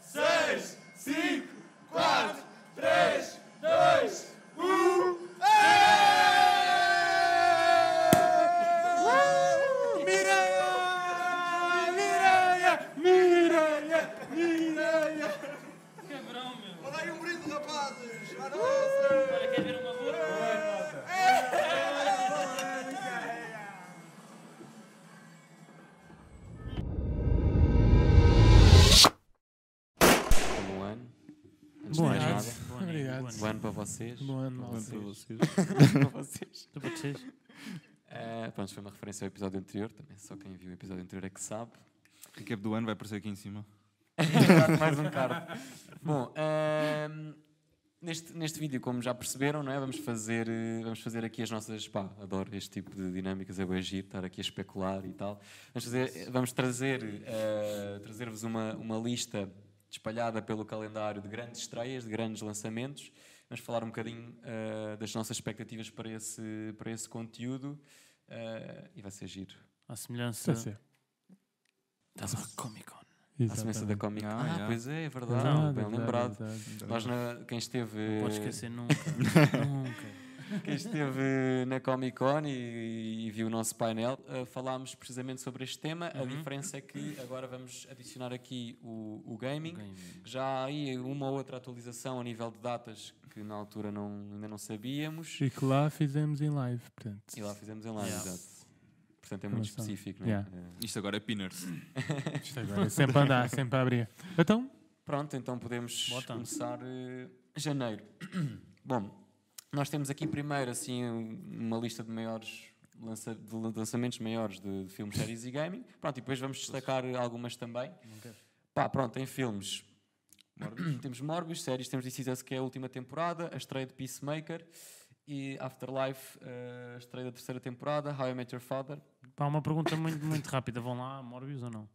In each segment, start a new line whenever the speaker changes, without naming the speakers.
6, 5, 4, 3, 2, 1. Mireia! Mireia! Mireia! Mireia!
Cabrão, meu.
Olha aí um brinde, rapazes! À nossa!
Olha, quer ver uma boa?
Bom um ano. Antes
Bom
de mais
ano.
nada,
Bom ano. Obrigado.
bom ano para vocês.
Bom ano,
Bom
malta.
para vocês. para vocês.
Tu podes ser?
Eh, pronto, foi uma referência ao episódio anterior também. Só quem viu o episódio anterior é que sabe.
Recap do ano vai aparecer aqui em cima.
mais um card. Bom, ahm, neste, neste vídeo, como já perceberam, não é? vamos, fazer, eh, vamos fazer aqui as nossas. Pá, adoro este tipo de dinâmicas, é bem giro, estar aqui a especular e tal. Vamos, fazer, vamos trazer, eh, trazer-vos uma, uma lista espalhada pelo calendário de grandes estreias, de grandes lançamentos. Vamos falar um bocadinho eh, das nossas expectativas para esse, para esse conteúdo eh, e vai ser giro.
À semelhança. tá
Está a ser.
Estás a Comic Con. À semelhança da
Exatamente.
Comic Con.
Ah,
Ah,
yeah.
pois é, é verdade,
Verdade,
bem
verdade,
lembrado.
verdade.
Nós, na- quem, esteve,
Não
É.
podes esquecer nunca. nunca.
quem esteve na Comic Con e, e viu o nosso painel, eh, falámos precisamente sobre este tema. A diferença é que agora vamos adicionar aqui o, o gaming.
Gaming.
Já há aí uma ou outra atualização a nível de datas que na altura não, ainda não sabíamos.
E que lá fizemos em live, portanto.
E lá fizemos em live,
Yeah.
exato. Portanto, é muito
Informação.
específico, não é?
Yeah.
Eh,
Isto agora é Pinners.
Isto agora é sempre a andar, sempre a abrir. Então,
Pronto, então podemos
Bota.
começar eh, janeiro. Bom, nós temos aqui primeiro assim um- uma lista de maiores lança- de lan- lançamentos maiores de, de filmes, séries e gaming. Pronto, e depois vamos destacar algumas também. Pá, pronto, em filmes temos Morbius, séries temos This Is Us, que é a última temporada, a estreia de Peacemaker e Afterlife, eh, a estreia da terceira temporada, How I Met Your Father.
Pá, uma pergunta muito, muito rápida. Vão lá, Morbius ou não?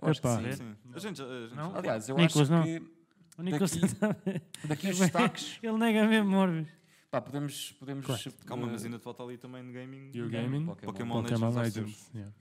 Eu acho que
Epá.
sim.
Sim. A gente, já- a gente
Não?
já-
Aliás, eu
Nicolas,
acho
não.
que
O Nicolas
Daqui-
está a ver.
daqui os destaques.
Ele nega mesmo Morbius.
Pá, podemos. podemos
Calma,
eh,
mas ainda te falta ali também de gaming.
e o gaming?
Pokémon.
Pokémon
Pokémon
Legends.
Legends. yeah.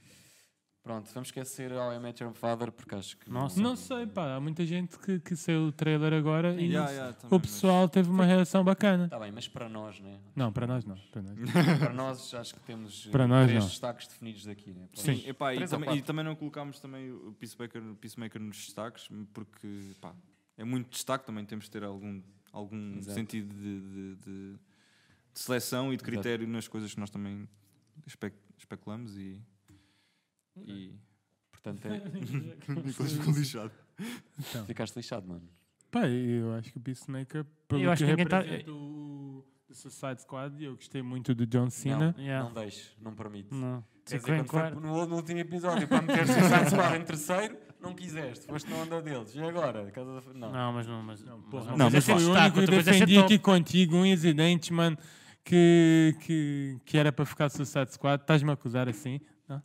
Pronto, vamos esquecer ao I Met Your Father porque acho que.
Nossa.
Não sei, pá, há muita gente que, que saiu o trailer agora e
Yeah, yeah, também,
o
mas-
pessoal teve uma reação bacana.
Está Tá bem, mas para nós, né?
Não, para nós não. Para nós.
para nós acho que temos eh,
Para nós,
três
não.
destaques definidos daqui, né? Para
Sim,
nós.
epá, e,
Três ou
também-
quatro?
e também não colocámos também o Peacemaker, o Peacemaker nos destaques, porque pá, é muito destaque, também temos de ter algum, algum
Exato.
sentido de, de- de- de seleção e de
Exato.
critério nas coisas que nós também espe- especulamos e. e...
Portanto, é-
lixado.
Então.
ficaste lixado, mano.
Pá, eu acho que o Peacemaker, pelo
Eu acho
que,
que ninguém tá-
representa o o Suicide Squad, eu gostei muito do John Cena.
Não,
Yeah.
não deixo, não permite.
Não.
Quer
Sei
dizer, quando foi
claro.
no, no último episódio para meter Suicide Squad em terceiro, não quiseste, foste na onda deles. E agora? Casa da... Não.
Não, mas não. Mas,
Porra,
mas
Não, mas
mas esse
foi é o
destaque,
único que
outra vez esse
defendi
é
aqui
top.
contigo, um incidente, mano, que, que, que era para ficar Suicide Squad. Estás-me a acusar assim? Não?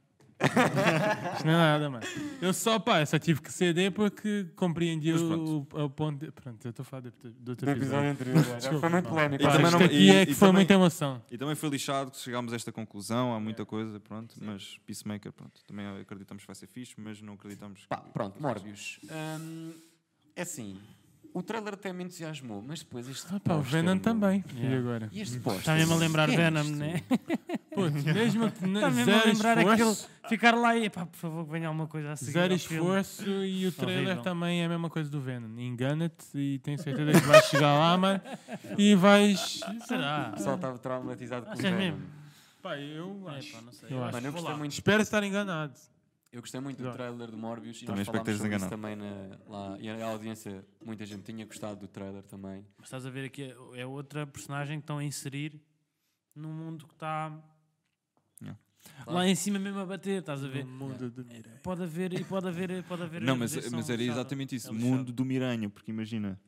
Isto não é nada, mano. Eu só, pá, eu só tive que ceder porque compreendi
Mas
o, o, o ponto. de- Pronto, eu estou a falar do, do outro
Do episódio
episódio.
anterior, já
Desculpa.
foi muito polémico.
E
Pá,
Pá,
também
isto
não-
aqui
e-
é que
e
foi
também-
muita emoção.
E também foi lixado que chegámos a esta conclusão, há
É.
muita coisa, pronto, mas Peacemaker, pronto, também acreditamos que vai ser fixe, mas não acreditamos
Pá, pronto, Morbius. Hum, é assim, o trailer até me entusiasmou, mas depois este.
Ah, pá, o
póster,
Venom
meu.
também. E
Yeah.
agora?
E este póster?
Está mesmo a lembrar
Quem é
Venom,
isto?
né?
Putz, mesmo que
Está
não
mesmo a
zero
lembrar aquele.
esforço,
Ficar lá e. Pá, por favor, que venha alguma coisa a seguir.
zero
ao é um filme.
esforço e o trailer
Horrível.
também é a mesma coisa do Venom. Engana-te e tenho certeza que vais chegar lá, mano, e vais...
Será?
O pessoal estava traumatizado com o
Achas
Venom.
mesmo?
Pá, eu
É,
acho.
pá, não sei.
Eu acho.
Mano, eu
Vou
gostei
lá.
muito,
Espero estar enganado.
eu gostei muito do
Exato.
trailer do Morbius e
Também
nós
espero que
falámos sobre
teres
isso também na, lá. E a audiência, muita gente tinha gostado do trailer também.
Mas estás a ver aqui, é outra personagem que estão a inserir num mundo que está
Yeah.
lá em cima mesmo a bater, estás a ver?
mundo do Mirai.
Pode haver, e pode haver, pode haver.
Não, mas,
rejeição
mas era
fechada.
exatamente isso.
É lixado.
mundo do Miranha, porque imagina.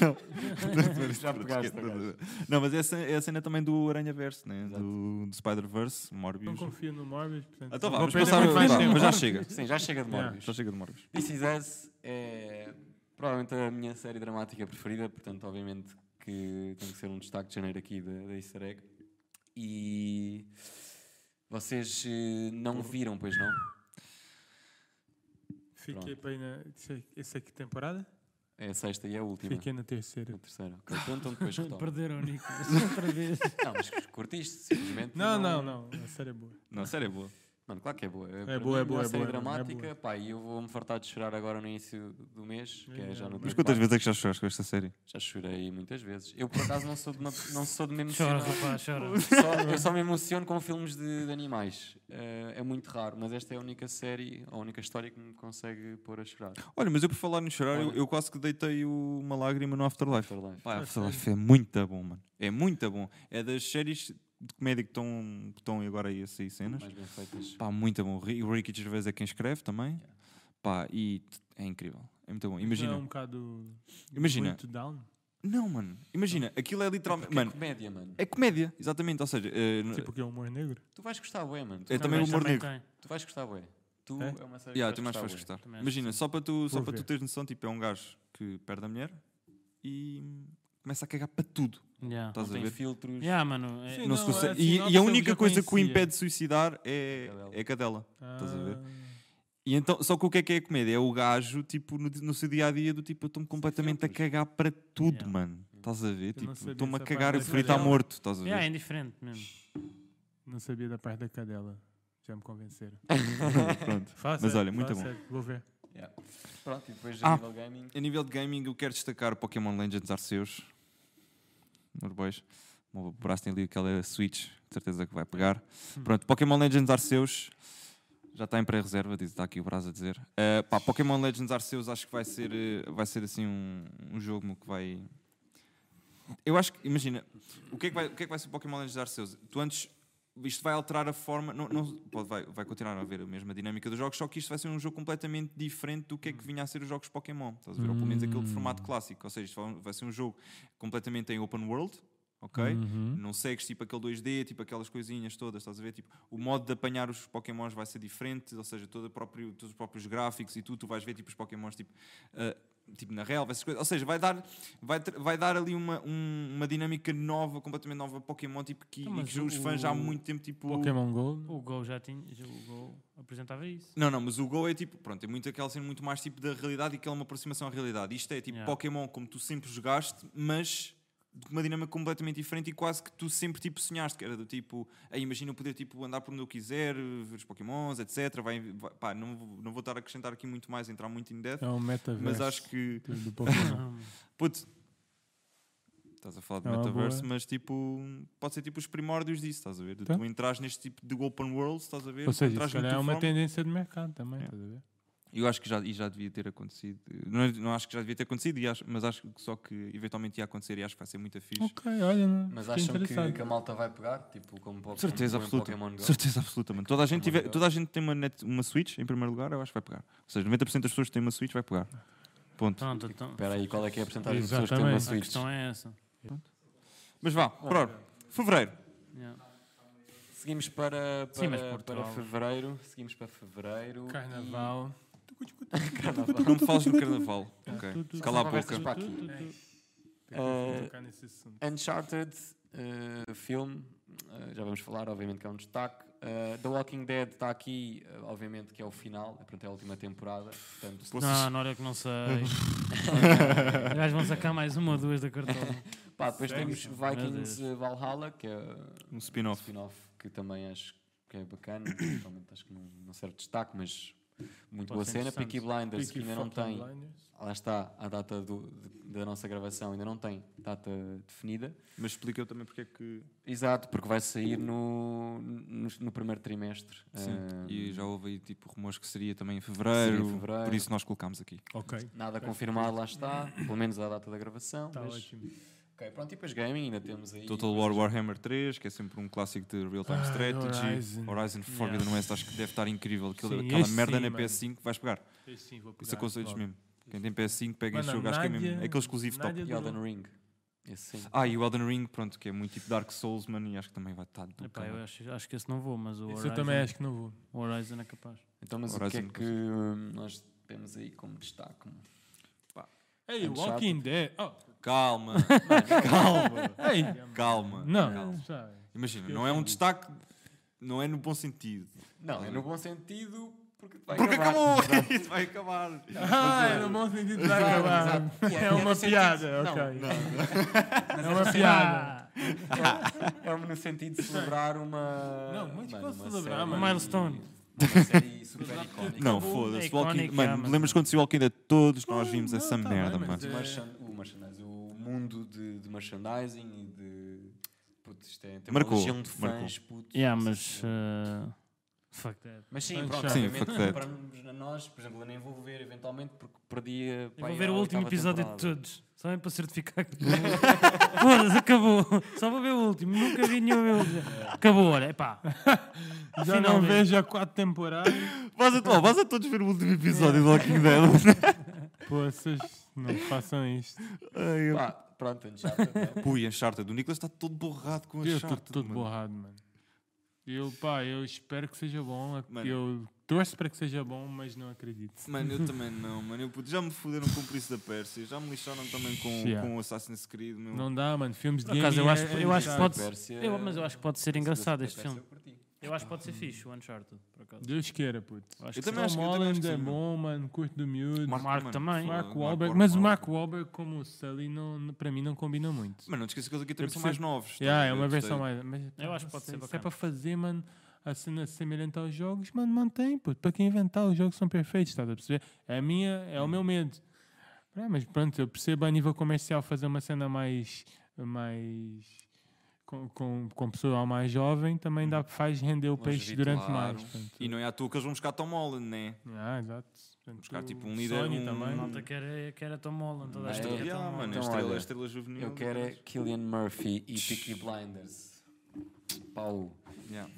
não,
Já pegaste, pegaste.
não, mas é a cena- é a cena também do Aranha Verso, né?
Exato.
do, do Spider-Verse,
Não
Morbius.
confio no Morbius, portanto...
Então vá,
vou
vamos
perder
passar.
muito mais
vá,
tempo.
mas já chega.
Sim, já chega de
Yeah.
Morbius.
Já chega de Morbius.
This Is Us é provavelmente a minha série dramática preferida, portanto, obviamente que tem que ser um destaque de janeiro aqui da, da Easter Egg. E vocês eh, não viram, pois não?
Fiquei para aí na. Essa aqui temporada?
É a sexta e é a última.
Fiquei na terceira.
A terceira. ok. Então, então depois retomo.
Perderam o Nicolas outra vez.
Não, mas curtiste, simplesmente.
Não, não, não.
né?
A série é boa.
Não, sério, é boa.
Mano, claro que é boa.
É boa, é boa,
Uma
é
série
boa, mano, é
dramática,
boa.
pá, e eu vou-me fartar de chorar agora no início do mês, que é já
Mas
no dia
Mas
quantas
quatro.
vezes é que já choraste com esta série?
Já chorei muitas vezes. Eu, por acaso, não sou de, uma, não sou de me
Chora,
emocionar.
rapaz, chora.
Só- eu só me emociono com filmes de, de animais. Eh, é muito raro, mas esta é a única série, a única história que me consegue pôr a chorar.
Olha, mas eu por falar em chorar, eu,
Olha.
eu quase que deitei o- uma lágrima no Afterlife.
Afterlife.
Pá, Afterlife é muito bom, mano. É muito bom. É das séries de comédia que estão que estão agora aí a sair cenas.
Mais bem feitas.
Pá, muito bom. Ri- O Ricky Gervais é quem escreve também. Pá, e t- é incrível. É muito bom.
É
Imagina.
um bocado.
Imagina.
Muito down.
Não, mano. Imagina. Aquilo é literalmente.
Mano,
Mano,
comédia, mano.
é comédia. Exatamente. Ou seja, eh, n-
Tipo que é humor negro.
Tu vais gostar, bué, mano. Tu,
É também o
Mas
humor negro.
tem.
tu vais gostar, bué. Tu
É?
é, uma série
eh, Yeah,
que
tu mais vais
bué.
gostar.
Também acho
Imagina,
que sim.
só para, tu, só
Vou
para tu
ver.
teres noção, tipo, é um gajo que perde a mulher e começa a cagar para tudo.
Yeah.
Estás a
Tem
ver?
filtros.
Yeah, mano, é-
Sim,
Não se
não,
consegue-
a
e- e,
sinopse
a
eu
única
já
coisa que o
conhecia.
impede de suicidar é,
cadela.
é a cadela. Estás a ver?
Ah,
E então, só que o que é que é a comédia? É o gajo, tipo, no, di- no seu dia a dia, do tipo, eu estou-me completamente a
filtros.
cagar para tudo,
Yeah.
mano. Estás a ver?
não
Tipo,
sabia
estou-me a
essa parte
cagar e o
da
frito está
cadela.
morto. Estás a ver?
Yeah, é indiferente mesmo.
Não sabia da parte da cadela. Já me convenceram.
Pronto.
Faça,
Mas olha, muito
faça, Vou ver.
Yeah. Pronto, e depois
Ah.
a nível gaming.
A nível de gaming, eu quero destacar Pokémon Legends Arceus. Norbois. O meu braço tem ali aquela Switch, de certeza que vai pegar.
Hum.
Pronto, Pokémon Legends Arceus. Já está em pré-reserva, diz- está aqui o braço a dizer. Eh, pá, Pokémon Legends Arceus acho que vai ser, eh, vai ser assim um, um jogo que vai. Eu acho que, imagina, o que, é que vai, o que é que vai ser Pokémon Legends Arceus? Tu antes. Isto vai alterar a forma. Não, não- pode, vai, vai continuar a haver a mesma dinâmica dos jogos, só que isto vai ser um jogo completamente diferente do que é que vinha a ser os jogos Pokémon. Estás a ver? Ou pelo menos aquele de formato clássico. Ou seja, isto vai, vai ser um jogo completamente em open world, ok?
Uhum.
Não segues tipo aquele 2D, tipo aquelas coisinhas todas, estás a ver? Tipo, o modo de apanhar os Pokémons vai ser diferente, ou seja, todo o próprio, todos os próprios gráficos e tudo, tu vais ver tipo os Pokémons tipo. ah, Tipo, na real, essas coisas. Ou seja, vai dar, vai, tra- vai dar ali uma, um- uma dinâmica nova, completamente nova a Pokémon, tipo, que,
Então,
e
mas
que os fãs já há
o-
muito tempo, tipo...
Pokémon Go.
O Go já tinha. já- O Go apresentava isso.
Não, não, mas o Go é tipo, pronto, é muito aquela cena muito mais tipo da realidade e que é uma aproximação à realidade. Isto é tipo
Yeah.
Pokémon como tu sempre jogaste, mas de uma dinâmica completamente diferente e quase que tu sempre tipo sonhaste, que era do tipo, "Ei, imagina eu poder tipo andar por onde eu quiser, ver os Pokémons, etc. Vai, vai- pá, não, vou- não vou estar a acrescentar aqui muito mais, entrar muito em depth,
É um metaverso.
mas acho que
do- do Pokémon.
Hum.
Puto. Estás a falar de
É uma
metaverso,
boa.
mas tipo, pode ser tipo os primórdios disso, estás a ver? De
Tá.
Tu entras neste tipo de open world, estás a ver? tipo
Ou seja,
entras
isso calhar é
no
uma
teu fome.
tendência de mercado também,
É.
estás a ver?
Eu acho que já, e já devia ter acontecido. Não, é- não acho que já devia ter acontecido, e acho- mas acho que só que eventualmente ia acontecer e acho que vai ser muito fixe.
Ok, olha, não.
Mas
fiquei
acham que,
interessado.
que a malta vai pegar? Tipo, como po- como
Certeza
como em
absoluta.
Pokémon Go?
Certeza absoluta, mano. Toda a gente,
Pokémon
tiver,
Go.
toda a gente tem uma, net- uma Switch, em primeiro lugar, eu acho que vai pegar. Ou seja, 90% das pessoas que têm uma Switch vai pegar. Ponto.
Pronto, então.
Espera aí, qual é que é a porcentagem de pessoas que têm uma
Exatamente.
A
Switch?
questão é essa.
Mas vá, pronto. Fevereiro.
Yeah.
Seguimos para, para,
é- Sim, mas
para
Portugal.
fevereiro. Seguimos para fevereiro.
Carnaval.
Não me fales do carnaval.
É,
Ok. Cala a
Conversas
boca. Ah,
para aqui.
Tem que
Eh,
tocar nesse assunto.
Uncharted, eh, filme, eh, já vamos falar, obviamente que é um destaque. Eh, The Walking Dead está aqui, eh, obviamente que é o final, eh, pronto, é a última temporada. Portanto,
Não, não olha que não sei. Aliás, vão sacar mais uma ou duas da cartola.
pá, depois
Sério?
temos
Meu
Vikings
Deus.
eh, Valhalla, que é
Um
um
spin-off.
spin-off que também acho que é bacana, principalmente acho que não, não serve de destaque, mas muito
Pode
boa
ser
cena.
interessante.
Peaky Blinders, que
Peaky
ainda não
fucking
tem.
blinders.
lá está a data do- de- da nossa gravação, ainda não tem data definida.
Mas explica eu também porque é que.
Exato, porque vai sair no, no, no primeiro trimestre. Ah,
E já houve aí tipo rumores que seria também em
seria
fevereiro.
em fevereiro.
Por isso nós colocámos aqui.
Ok,
Nada confirmado, lá está, pelo menos a data da gravação.
está
mas-
Tá ótimo.
Ok, pronto, e depois gaming ainda temos aí.
Total War Warhammer 3, que é sempre um clássico de real-time
Ah,
strategy.
Horizon.
Horizon, Forbidden West, acho que deve estar incrível. Aquilo,
Sim,
aquela
esse
merda
sim,
na
mano.
PS5 vais pegar.
Esse sim, vou pegar
Isso aconselho
logo.
é mesmo. Quem tem PS5, pega
Mano,
esse jogo, acho que é mesmo. É
Nádia-
aquele exclusivo top.
Nádia
E
durou-
Elden Ring. Esse sim.
Ah, e o Elden Ring, pronto, que é muito tipo Dark Souls, mano, e acho que também vai estar do
Epá, eu
caralho.
acho, acho que esse não vou, mas o
Isso
Horizon,
eu também acho que não vou.
o Horizon é capaz.
Então, mas o que
Horizon,
é que hum, nós temos aí como destaque? mano?
É
Ei,
Uncharted.
Walking Dead. Oh,
Calma,
ei,
calma.
não.
calma.
já.
Imagina, não é um destaque, não é no bom sentido.
Não, é no bom sentido, porque vai
Porque
acabar.
acabou! Isso vai acabar.
Ah, era um bom sentido de
Exato,
acabar.
exato. E é-
É
e é
uma
no sentido-
piada,
não,
ok.
Mas
É uma piada.
É, é no sentido de celebrar uma.
Não, mas
mano,
pode
uma
celebrar,
série-
mano.
Milestone.
Uma série super icónica.
Não,
Acabou.
foda-se.
É
Walking...
icónica,
Mano,
mas-
lembras quando se Walking Dead todos nós
Não,
vimos
não,
essa
tá
merda,
bem,
mano.
mas
O
é-
merchan- o merchandising, o mundo de, de merchandising e de. Putz, isto é, tem
Marcou,
uma legião de
marcou.
fãs, putos.
Yeah, mas. uh, fuck that.
Mas sim,
Fãs
pronto,
chatos.
Sim,
obviamente,
fuck that.
comparamos a nós, por exemplo, eu nem vou ver eventualmente porque perdi a.
Eu
pá,
vou ver
a
o último
oitava
episódio de
temporada.
todos. Só é para certificar que. Foda-se, acabou. Só vou ver o último. Nunca vi nenhum. ver o último. Acabou, olha. Epá.
Já não
Finalmente.
vejo há quatro temporadas.
Vás a, oh, vás a todos ver o último episódio do Walking Dead.
Pô, vocês não façam isto.
Ai, eu-
Pá, pronto, Uncharted, né?
Ui, Uncharted. O Nicolas está todo borrado com
Eu estou
Uncharted.
todo
mano.
borrado, mano. Eu, pá, eu espero que seja bom.
Mano.
Eu torço para que seja bom, mas não acredito.
Mano, eu também não, mano. Eu puto, já me fuderam com o Príncipe da Pérsia, já me lixaram também com,
Yeah.
com o Assassin's Creed. Meu.
Não dá, mano. Filmes de
Hum. Por acaso,
game
eu acho,
é-
eu acho que
é-
pode
Pérsia-
eu- mas eu acho que pode ser engraçado este
Pérsia eu
filme.
curti.
Eu acho que pode ser fixe, o Uncharted, por acaso.
Deus queira, puto.
Eu acho
Eu
que
também acho que- eu também acho
Holland
que
é
sim, mano.
bom, mano. Curto do miúdo.
Mark- Marco também.
Mark
Mark
Wahlberg, mas o Mark Wahlberg como o Sully não, não- para mim não combina muito.
Mano, não te esqueças que eles aqui também são mais
percebo.
novos. tá?
Yeah, é
Eu
uma
gostei.
versão mais. Mas,
Eu acho que
não
pode ser
sei, Se é
bacana.
para fazer, mano, a cena semelhante aos jogos, mano, mantém, puto. Para quem inventar, os jogos são perfeitos, estás a perceber? É a minha, é
Hum.
o meu medo. Ah, mas pronto, eu percebo a nível comercial fazer uma cena mais. mais com, com, com pessoal mais jovem também
Hum.
dá, faz render
Um
o
Mas
peixe durante
claro.
mais. portanto.
E não é à toa que eles vão buscar Tom Holland, né?
Ah, exato. Portanto,
buscar, tipo, um
o
líder,
Sony
um-
A
também.
malta quer, é- quer a Tom Holland, toda a
Mas
gente
tu-
quer
Yeah,
É, Tom
mano,
Holland.
a
Então,
estrela,
olha,
a estrela juvenil.
Eu quero é Killian Murphy e Peaky Blinders. Pau.
Yeah.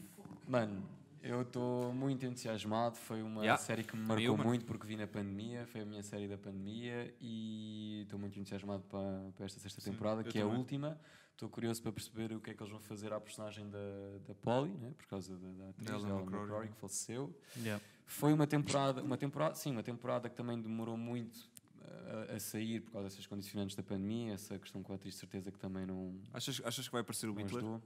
Mano, eu estou muito entusiasmado. Foi uma
Yeah.
série que me
Também
marcou
eu, mano.
muito porque vi na pandemia. Foi a minha série da pandemia e estou muito entusiasmado para, para esta sexta temporada,
eu
que é a
também.
última. Estou curioso para perceber o que é que eles vão fazer à personagem da, da Polly, né? por causa da, da atriz
Ellen
Ellen
McCrory,
McCrory,
né?
que faleceu.
Yeah.
Foi uma temporada, uma temporada, sim, uma temporada que também demorou muito uh, a, a sair por causa dessas condicionantes da pandemia, essa questão com a atriz de certeza que também não,
Achas, achas que vai aparecer o
não
Hitler?
ajudou.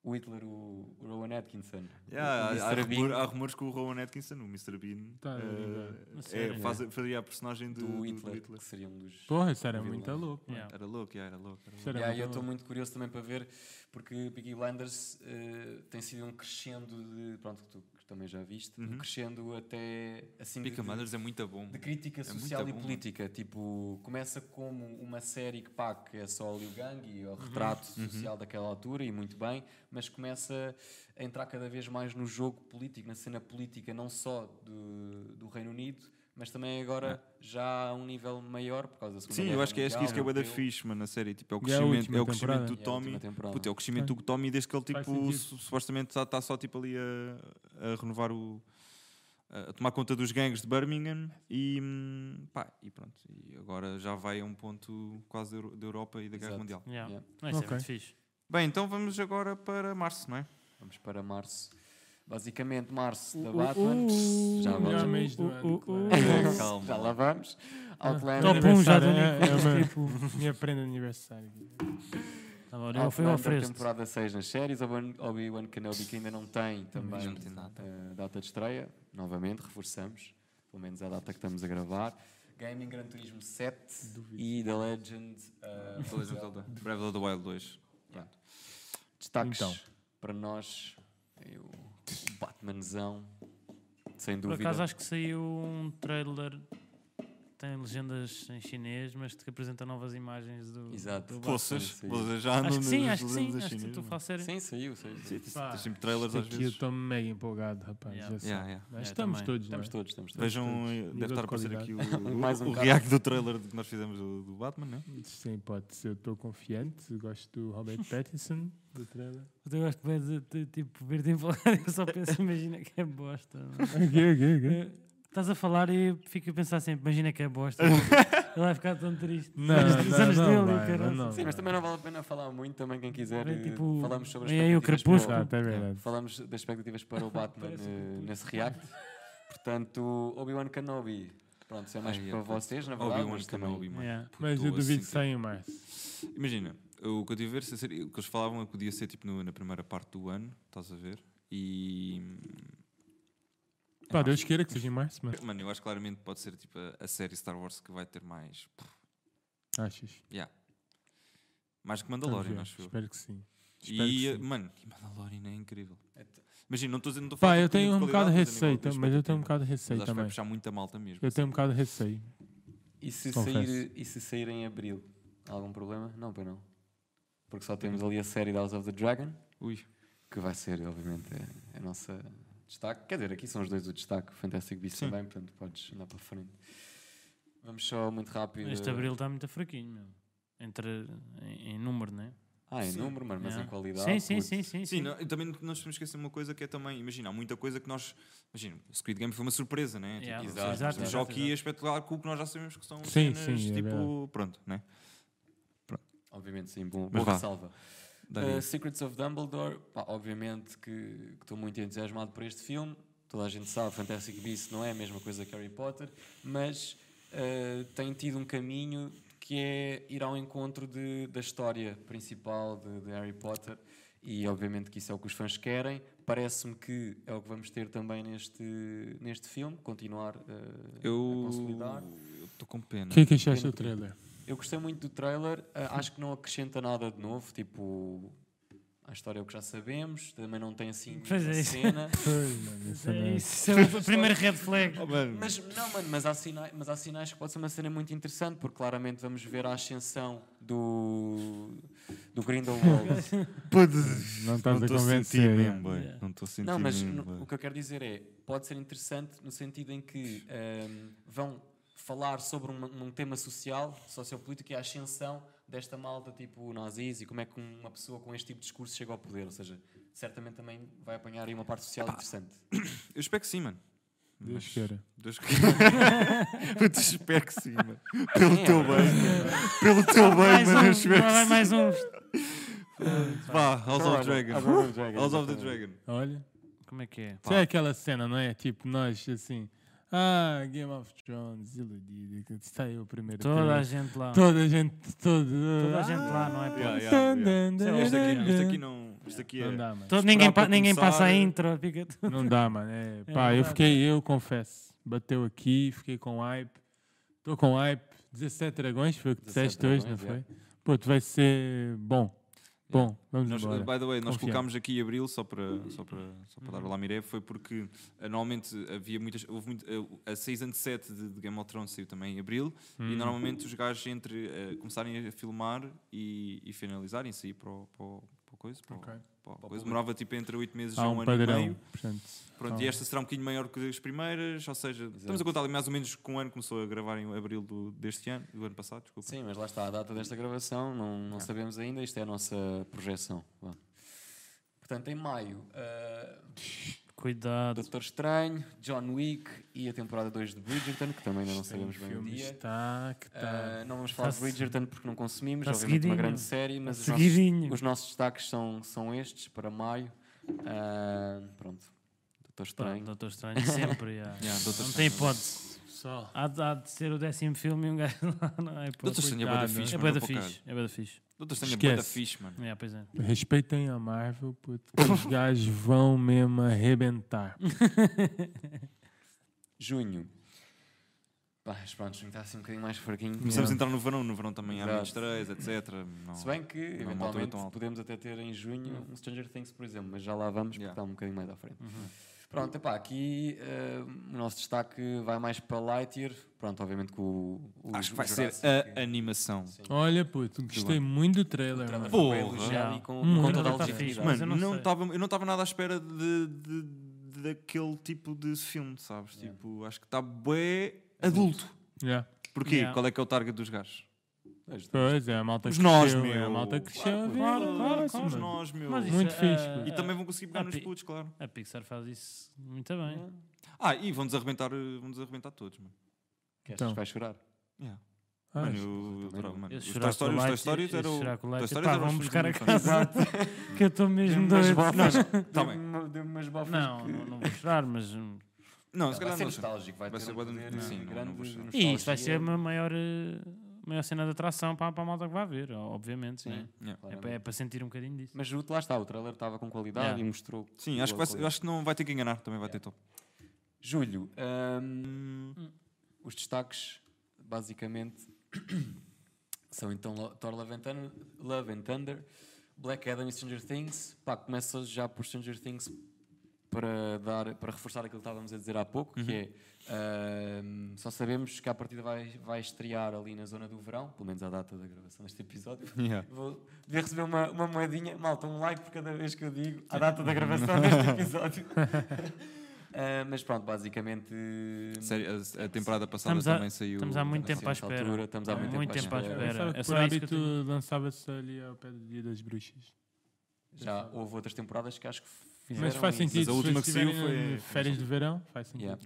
O Hitler, o, o Rowan Atkinson.
Yeah,
o
há, há
Mr. Bean
rumor- há rumores que o Rowan Atkinson, o Mr. Bean,
Tá,
eh,
ligado.
A
é,
sério?
faz- faria a personagem do,
do
do
Hitler, que seria um dos...
Porra, isso era
Vilão.
muito louco. mano.
Yeah.
Era louco, yeah, era louco. Era louco.
Isso era
Yeah,
muito
eu estou
louco.
muito curioso também para ver, porque Peaky Blinders eh, tem sido um crescendo de. Pronto, que tu também já viste, um
Uhum.
crescendo até assim de-
Peaky
de,
Blinders é muito bom.
de crítica
muito
social e
bom, mano.
política. Tipo, começa como uma série que, pá, que é só o Liu Gang e
Uhum.
o retrato social daquela altura, e muito bem, mas começa a entrar cada vez mais no jogo político, na cena política, não só do, do Reino Unido, mas também agora já a um nível maior por causa da Segunda
É. Sim, eu
Guerra
acho que é isso que isso que é o da
Mundial,
fixe, mano, na série. Tipo, é o
E é a
crescimento,
última
é o crescimento
temporada.
do
europeu. É a última
Tommy.
temporada.
Puta, é o crescimento do Tommy desde que ele
Faz
tipo,
sentido.
su- supostamente está só tipo ali a, a renovar o. a tomar conta dos gangues de Birmingham e. hum, pá, e pronto. E agora já vai a um ponto quase da Euro- da Europa e da Guerra
Exato.
Mundial.
Yeah.
Yeah.
Não, isso
Ok.
é muito fixe.
Bem, então vamos agora para março, não é?
Vamos para março. Basicamente, março da
Uh, uh,
Batman.
uh,
já
Melhor
vamos.
mês do
Uh,
ano,
uh,
claro.
uh.
Calma.
Já lá vamos.
um
Outlander.
Top 1 já do
Aniversário, é- é uma-
Nicolas. tipo.
Minha prenda de aniversário.
Tá bom, Eu fui
Outlander,
ao oferecer.
temporada 6 nas séries. Obi- Obi-Wan Kenobi, que ainda não tem também
Não tem data.
eh, data de estreia. Novamente, reforçamos. Pelo menos é a data que estamos a gravar. Gaming Gran Turismo 7 e The Legend. eh,
Breath of the Wild- Breath of the Wild 2.
destaques
Então.
para nós. tem o Batmanzão. Sem
Por
dúvida.
acaso acho que saiu um trailer. Tem legendas em chinês, mas que apresenta novas imagens do.
Exato.
do Batman.
Poças,
sim.
vocês já andam
Acho que sim,
nas
acho que sim.
legendas
Acho que
chinesas,
estou a
mano.
falar sério.
Sim, saiu, saiu. saiu.
Sim, tens-
Pá,
tens sempre trailers
Isto
às
aqui eu
vezes.
estou mega empolgado, rapaz.
Yeah.
já sei.
Yeah, yeah.
Nós
É,
estamos
também.
todos,
Estamos
né?
todos, estamos todos.
Vejam, eh,
nível
deve
de
estar a aparecer aqui o,
qualidade.
o,
Mais um
o
bocado.
react do trailer que nós fizemos do, do Batman, né?
Sim, pode ser. Eu estou confiante. Gosto do Robert Pattinson, do trailer.
Eu gosto bem de, de, tipo, ver-te empolgado. Eu só penso, imagina que é bosta. mano.
Ok, ok, ok.
Eh, Estás a falar e eu fico a pensar sempre, imagina que é bosta. Ele vai ficar tão triste.
Não,
Os anos
não,
dele,
não vai,
caralho.
não, não.
Sim, mas também não vale a pena falar muito, também quem quiser.
Bem,
eh,
tipo,
falamos sobre as
bem aí o
expectativas para o-
Exato, é verdade.
Falamos das expectativas para o Batman
Parece
eh,
um puto.
nesse react. Portanto, Obi-Wan Kenobi. Pronto, isso é mais
Ai, é,
para
pá.
vocês, na verdade.
Obi-Wan
mas também- né?
Kenobi, mano.
Yeah.
Puto,
Mas eu
tô
duvido que É
assim,
saia em março.
tipo, Imagina, eu- o que eu tive a ver, sincero, o que eles falavam é que hum, podia ser tipo no- na primeira parte do ano, estás a ver? E.
Pá, Deus queira que seja em março, mano.
Mano, eu acho que claramente pode ser tipo a, a série Star Wars que vai ter mais.
Achas?
Yeah. Mais que
Vamos
Mandalorian,
ver.
acho eu.
Espero que sim. Espero
E,
que
eh,
sim.
mano, que Mandalorian é incrível. Imagina, não estou dizendo. não tô
Pá,
falando
eu
de opinião
tenho um bocado de
qualidade, tô dizendo a
receio,
nível de
mas eu tenho um
expectativa.
bocado de
Mas
receio
acho que vai
também.
puxar muita malta mesmo. assim.
Eu tenho um bocado de receio.
E se,
Confesso.
sair, e se sair em abril? Há algum problema? Não, pois não. Porque só temos ali a série House of the Dragon,
Ui.
que vai ser, obviamente, a, a nossa destaque. Quer dizer, aqui são os dois o destaque, o Fantastic Beasts
Sim.
também, portanto podes andar para a frente. Vamos só muito rápido.
Este abril está muito fraquinho, meu. Entre, em, em número, não é?
Ah, em
Sim.
número, mano, mas
Yeah.
em qualidade.
Sim, sim,
puto.
sim, sim.
Sim,
sim.
não, e também não nos podemos esquecer uma coisa que é também, imagina, há muita coisa que nós. Imagina, Squid Game foi uma surpresa, né?
Yeah,
tipo,
exato,
exato,
exato,
já aqui
exato.
é espetacular com o que nós já sabemos que são
Sim,
cenas,
sim, é
tipo,
verdade.
pronto, né?
Obviamente, sim, bom,
Mas
boa
vá.
ressalva.
Daria.
Uh, Secrets of Dumbledore, pá, obviamente que que estou muito entusiasmado por este filme. Toda a gente sabe, Fantastic Beasts não é a mesma coisa que Harry Potter, mas uh, tem tido um caminho que é ir ao encontro de- da história principal de, de Harry Potter e obviamente que isso é o que os fãs querem. Parece-me que é o que vamos ter também neste, neste filme, continuar uh, a
eu.
consolidar.
Eu estou com pena.
O que é que achaste do trailer?
Eu gostei muito do trailer, ah, acho que não acrescenta nada de novo, tipo, a história é o que já sabemos, também não tem assim
Pois
muita
é.
cena.
Foi, mano, essa merda.
Isso é o primeiro red flag.
Oh, mano.
Mas não, mano, mas há, sinais, mas há sinais que pode ser uma cena muito interessante, porque claramente vamos ver a ascensão do, do Grindelwald.
Não estás
Não
a
estou a sentir
convencer. é.
mesmo,
yeah.
boy.
Yeah.
Não estou a sentir
Não, mas
mesmo,
no-
boy.
o que eu quero dizer é, pode ser interessante no sentido em que ahm, vão falar sobre uma- um, tema social, sociopolítico e a ascensão desta malta tipo nazis e como é que uma pessoa com este tipo de discurso chega ao poder, ou seja, certamente também vai apanhar aí uma parte social interessante.
Eu espero que sim, mano.
Deus queira.
Deus que... eu te espero que sim, mano. Pelo
É,
teu
mano.
bem. Pelo teu bem,
Mais
mano. Eu
um,
espero
lá vai
que
mais um.
sim. Vá, House of Dragon.
House of the Dragon.
House of the Dragon.
Olha.
Como é que é?
Isso é aquela cena, não é? Tipo, nós assim. Ah, Game of Thrones, iludido. que Saiu o primeiro
Toda a
trailer.
gente lá.
Toda a gente. Toda, Ah,
Toda a gente lá, não é? pá?
Yeah, yeah,
Tan,
yeah.
tan, tan,
Isto
tan,
aqui, isto aqui
tan.
não. Isto aqui
Não
é.
dá, mano.
Todo, ninguém,
para
pa- ninguém
começar-
passa a intro. Fica tudo.
Não dá, mano. É,
É
pá, eu
verdade.
fiquei, eu confesso. Bateu aqui, fiquei com hype. Estou com hype. 17 dragões, foi o que
17
disseste hoje, não
dragões,
foi? Pô, tu vai ser bom. Bom, vamos
Nós,
embora.
by the way, nós
Confiante. Uhum.
colocámos aqui abril só para, só para, só para dar o lamiré, foi porque eh, normalmente havia muitas. Houve muito, eh, a Season 7 de, de Game of Thrones saiu também em abril
Uhum.
e normalmente os gajos entre eh, começarem a filmar e, e finalizarem sair para, o- para, o- para o coisa. Para, o-
Ok.
para o coisa. Demorava tipo entre 8 meses
Há
a um,
um
ano e
padrão.
meio.
Portanto,
Pronto,
há
e
um-
esta será um bocadinho maior que as primeiras, ou seja, estamos
Exato.
a contar ali mais ou menos com um ano, começou a gravar em abril do, deste ano, do ano passado, desculpa.
Sim, mas lá está a data desta gravação, não, não sabemos ainda, isto é a nossa projeção. Vá. Portanto, em maio, ah,
Cuidado.
Doutor Estranho, John Wick e a temporada 2 de Bridgerton, que também ainda não sabemos bem o
filme
dia.
está tá, que está.
Ah, não vamos falar
Tá
de Bridgerton porque não consumimos,
tá
obviamente uma
seguidinho.
grande série, mas os nossos,
Seguidinho.
os nossos destaques são, são estes para maio. Ah, pronto, Doutor
Pronto,
Estranho.
Doutor Estranho, sempre. yeah.
Yeah, Doutor
não
Estranho.
tem hipótese.
Só.
Há de, há de ser o décimo filme e um gajo lá não há
Doutor
hipótese.
Estranho é bué da
Cuidado,
fixe,
É
mano,
bué da
vou para o caralho.
fixe. É bué da fixe.
Doutor Estranho é bué da
Esquece.
fixe, mano.
Yeah, pois é.
Respeitem a Marvel, puto. que Os gajos vão mesmo arrebentar.
Junho. Pá, mas pronto, junho está assim um bocadinho mais fraquinho.
Começamos a entrar no verão, no verão também há
Exato.
menos três, etc. Não.
Se bem que,
Não é uma altura
eventualmente,
tão alta.
podemos até ter em junho um Stranger Things, por exemplo, mas já lá vamos porque
Yeah.
está um bocadinho mais à frente.
Uhum.
Pronto, epá, aqui eh, o nosso destaque vai mais para Lightyear. Pronto, obviamente que o. o
Acho que vai ser
Jurassic-
a animação.
Olha, puto, gostei muito do trailer.
Trailer
mano.
Pô,
foi bem
Porra.
elogiado e com,
Hum,
com toda a
tá
legitimidade.
fixe. Mas eu
Mano,
não
não
sei.
tava- eu não estava nada à espera de, de- de- daquele tipo de filme, sabes? Tipo, acho que está bué adulto.
Yeah.
Porquê?
Yeah.
Qual é que é o target dos gajos?
Pois é, a malta
Os
cresceu.
nós,
É, a
meu.
malta cresceu. a ver.
Claro, claro,
Somos
claro.
nós, meu.
Mas isso
Muito
é-
fixe,
é-
puto.
E também vão conseguir pegar
Ah,
nos
pi-
putos, claro.
A Pixar faz isso muito bem.
Ah, e vão-nos arrebentar, eh, vão-nos arrebentar todos, mano.
Queres?
Então.
Vai chorar.
Yeah.
Ah,
Mano, eu- eu adorava, mano.
Eu
Os
chorar
Toy Story-
com
os Toy
leite,
Stories
eu
eram-
chorar com leite.
Toy Stories
Pá,
eram os
vamos
filmes
buscar a
muito bons.
casa. que eu estou mesmo
Deu-me umas
doido.
bofas.
Tá
Deu-me uma- deu-me umas bofas.
Não,
que-
não, não vou chorar, mas. hum,
Não, se
Vai
calhar
ser
não. sei.
nostálgico, vai,
Vai
ter
ser
um
bué de-
poder,
Sim,
eh,
não- não
grande
vou chorar.
E isso vai ser
nostalgia.
a maior, eh, maior cena de atração para, para a malta que vai ver, ó, obviamente.
Sim,
né?
Yeah.
É, para- é para sentir um bocadinho disso.
Mas o- lá está, o trailer estava com qualidade
Yeah.
e mostrou.
Sim, acho que, vai,
boa
ser-
qualidade.
acho que não vai ter que enganar, também vai ter top.
Julho, hum, os destaques, basicamente, são então Lo- Thor Love and, Thunder, Love and Thunder, Black Adam e Stranger Things. Pá, começa já por Stranger Things para, dar, para reforçar aquilo que estávamos a dizer há pouco, que é hum, só sabemos que a partida vai, vai estrear ali na zona do verão, pelo menos à data da gravação deste episódio. Vou devia receber uma, uma moedinha, malta, um like por cada vez que eu digo a data da gravação deste episódio. Ah, mas pronto, basicamente.
Série- a, a temporada passada
Estamos a-
também saiu.
estamos há muito
assim,
tempo à
nessa
espera.
altura, estamos há muito tempo à espera.
Era, é
Sabe que por
só isso que eu
hábito
tenho.
lançava-se ali ao pé do Dia das Bruxas.
Já houve outras temporadas que acho que fizeram.
Mas faz
isso.
sentido.
a
se
última que saiu
estiverem
foi-
em Férias de verão, faz sentido.
Yeah.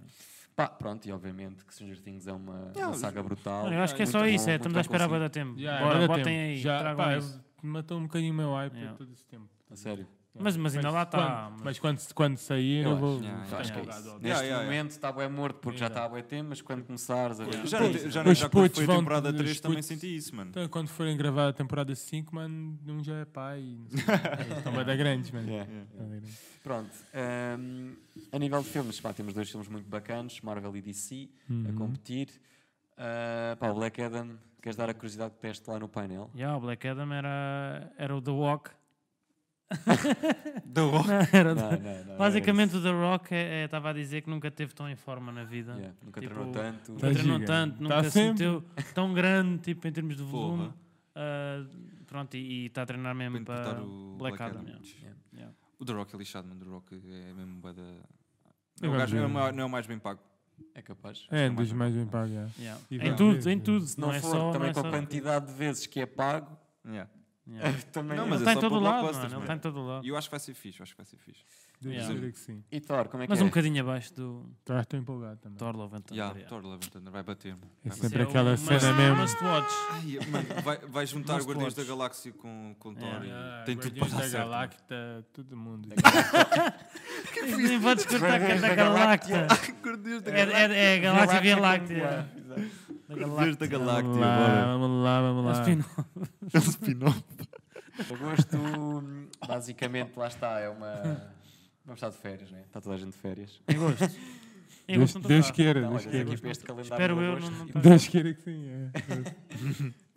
Pá, pronto, e obviamente que Stranger Things é uma, uma
Yeah,
saga brutal.
Mano, eu acho que é
muito
só
bom,
isso, é,
muito
estamos
bem
à espera há bué
conseguido.
da tempo.
Yeah,
Bora,
era
botem
tempo.
aí,
Já,
tragam
pá,
isso.
matou um bocadinho o meu hype
Yeah.
todo esse tempo.
A sério.
Mas, mas ainda lá tá. está.
Quando- mas quando, quando sair,
Eu
eu,
acho,
vou.
yeah,
vou
acho
que é
empolgado.
isso. Neste
Yeah, yeah, yeah.
momento está bem morto porque já está a bem tempo, mas quando começares a ver.
Já, não- já, não-
Os
já quando foi
putos
a
vão-
temporada
os
3 também
putos-
senti isso, mano.
Então, quando forem gravar a temporada 5, mano, um já é pai. e não sei o quê. Estão bem da grandes, mano.
Yeah.
Estão bué da grandes.
Pronto, hum, a nível de filmes, pá, temos dois filmes muito bacanas, Marvel e DC,
É
Uhum.
Uhum.
a competir. Uh, pá, o Black Adam, queres dar a curiosidade que teste lá no painel?
Yeah, o Black Adam era, era o The Walk.
The Walk.
Era o
Não,
The-
não, é não, não
é Basicamente, o The Rock é- é- estava a dizer que nunca teve tão em forma na vida.
era isso. Yeah, nunca
tipo,
treinou tanto.
Nunca
Tá
treinou
gigante.
tanto,
Tá
nunca se
sempre.
sentiu tão grande tipo, em termos de volume.
Porra.
Ah, pronto, e e está a treinar
Para
mesmo
interpretar
para
o
é Black Adam. yeah.
Yeah.
Yeah.
O The Rock é lixado, mano. O The Rock é mesmo bué da...
Eu
O gajo
gosto
não é o
dele.
maior- não é o mais bem pago.
É capaz.
É, dos mais bem pagos. yeah.
Yeah.
E
Em
vai
tudo,
mesmo.
em tudo.
Se não,
é
for
só,
também
não é
com
só-
a quantidade de vezes que é pago,
Yeah.
Yeah.
também.
Não,
Ele
mas é
está em
só
todo
para
lado,
blockbusters,
mano, ele
mano.
está em todo lado.
E eu acho que vai ser fixe, eu acho que vai ser fixe.
Devo
Yeah.
dizer que sim.
E Thor, como é que
Mas
é?
um bocadinho abaixo do
Então, estou empolgado também.
Thor Love and Thunder,
Yeah,
yeah.
Thor Love and Thunder vai bater, mano.
É
Vai
sempre
Isso é
aquela
um
cena
must-
mesmo.
must watch.
Ai, mano, vai, vai juntar
Must
Guardiões da
watch.
Galáxia com, com Thor.
Yeah.
e
Yeah,
Tem tudo para
Ah, Guardiões
dar
da
certo. né? É mano.
Galacta, todo mundo.
Nem podes cortar que é da
Galáctia.
Galáctea. É, é, é a Galáctia Via Láctea.
é.
Da
Guardiões da
Galáctea.
Galáctia,
vamos lá,
bora.
vamos lá, vamos lá.
Espino-
É um spin-off.
Agosto, hum, basicamente, lá está, é uma. Vamos estar de férias, né? Está toda a gente de férias.
Em gosto. Em
Deus,
gosto não
Deus
estou cá.
queira,
Não,
Deus
Tá, olha,
queira.
aqui para este calendário.
é Espero
de
eu,
agosto
não- não
e-
tá-
Deus queira que sim. é.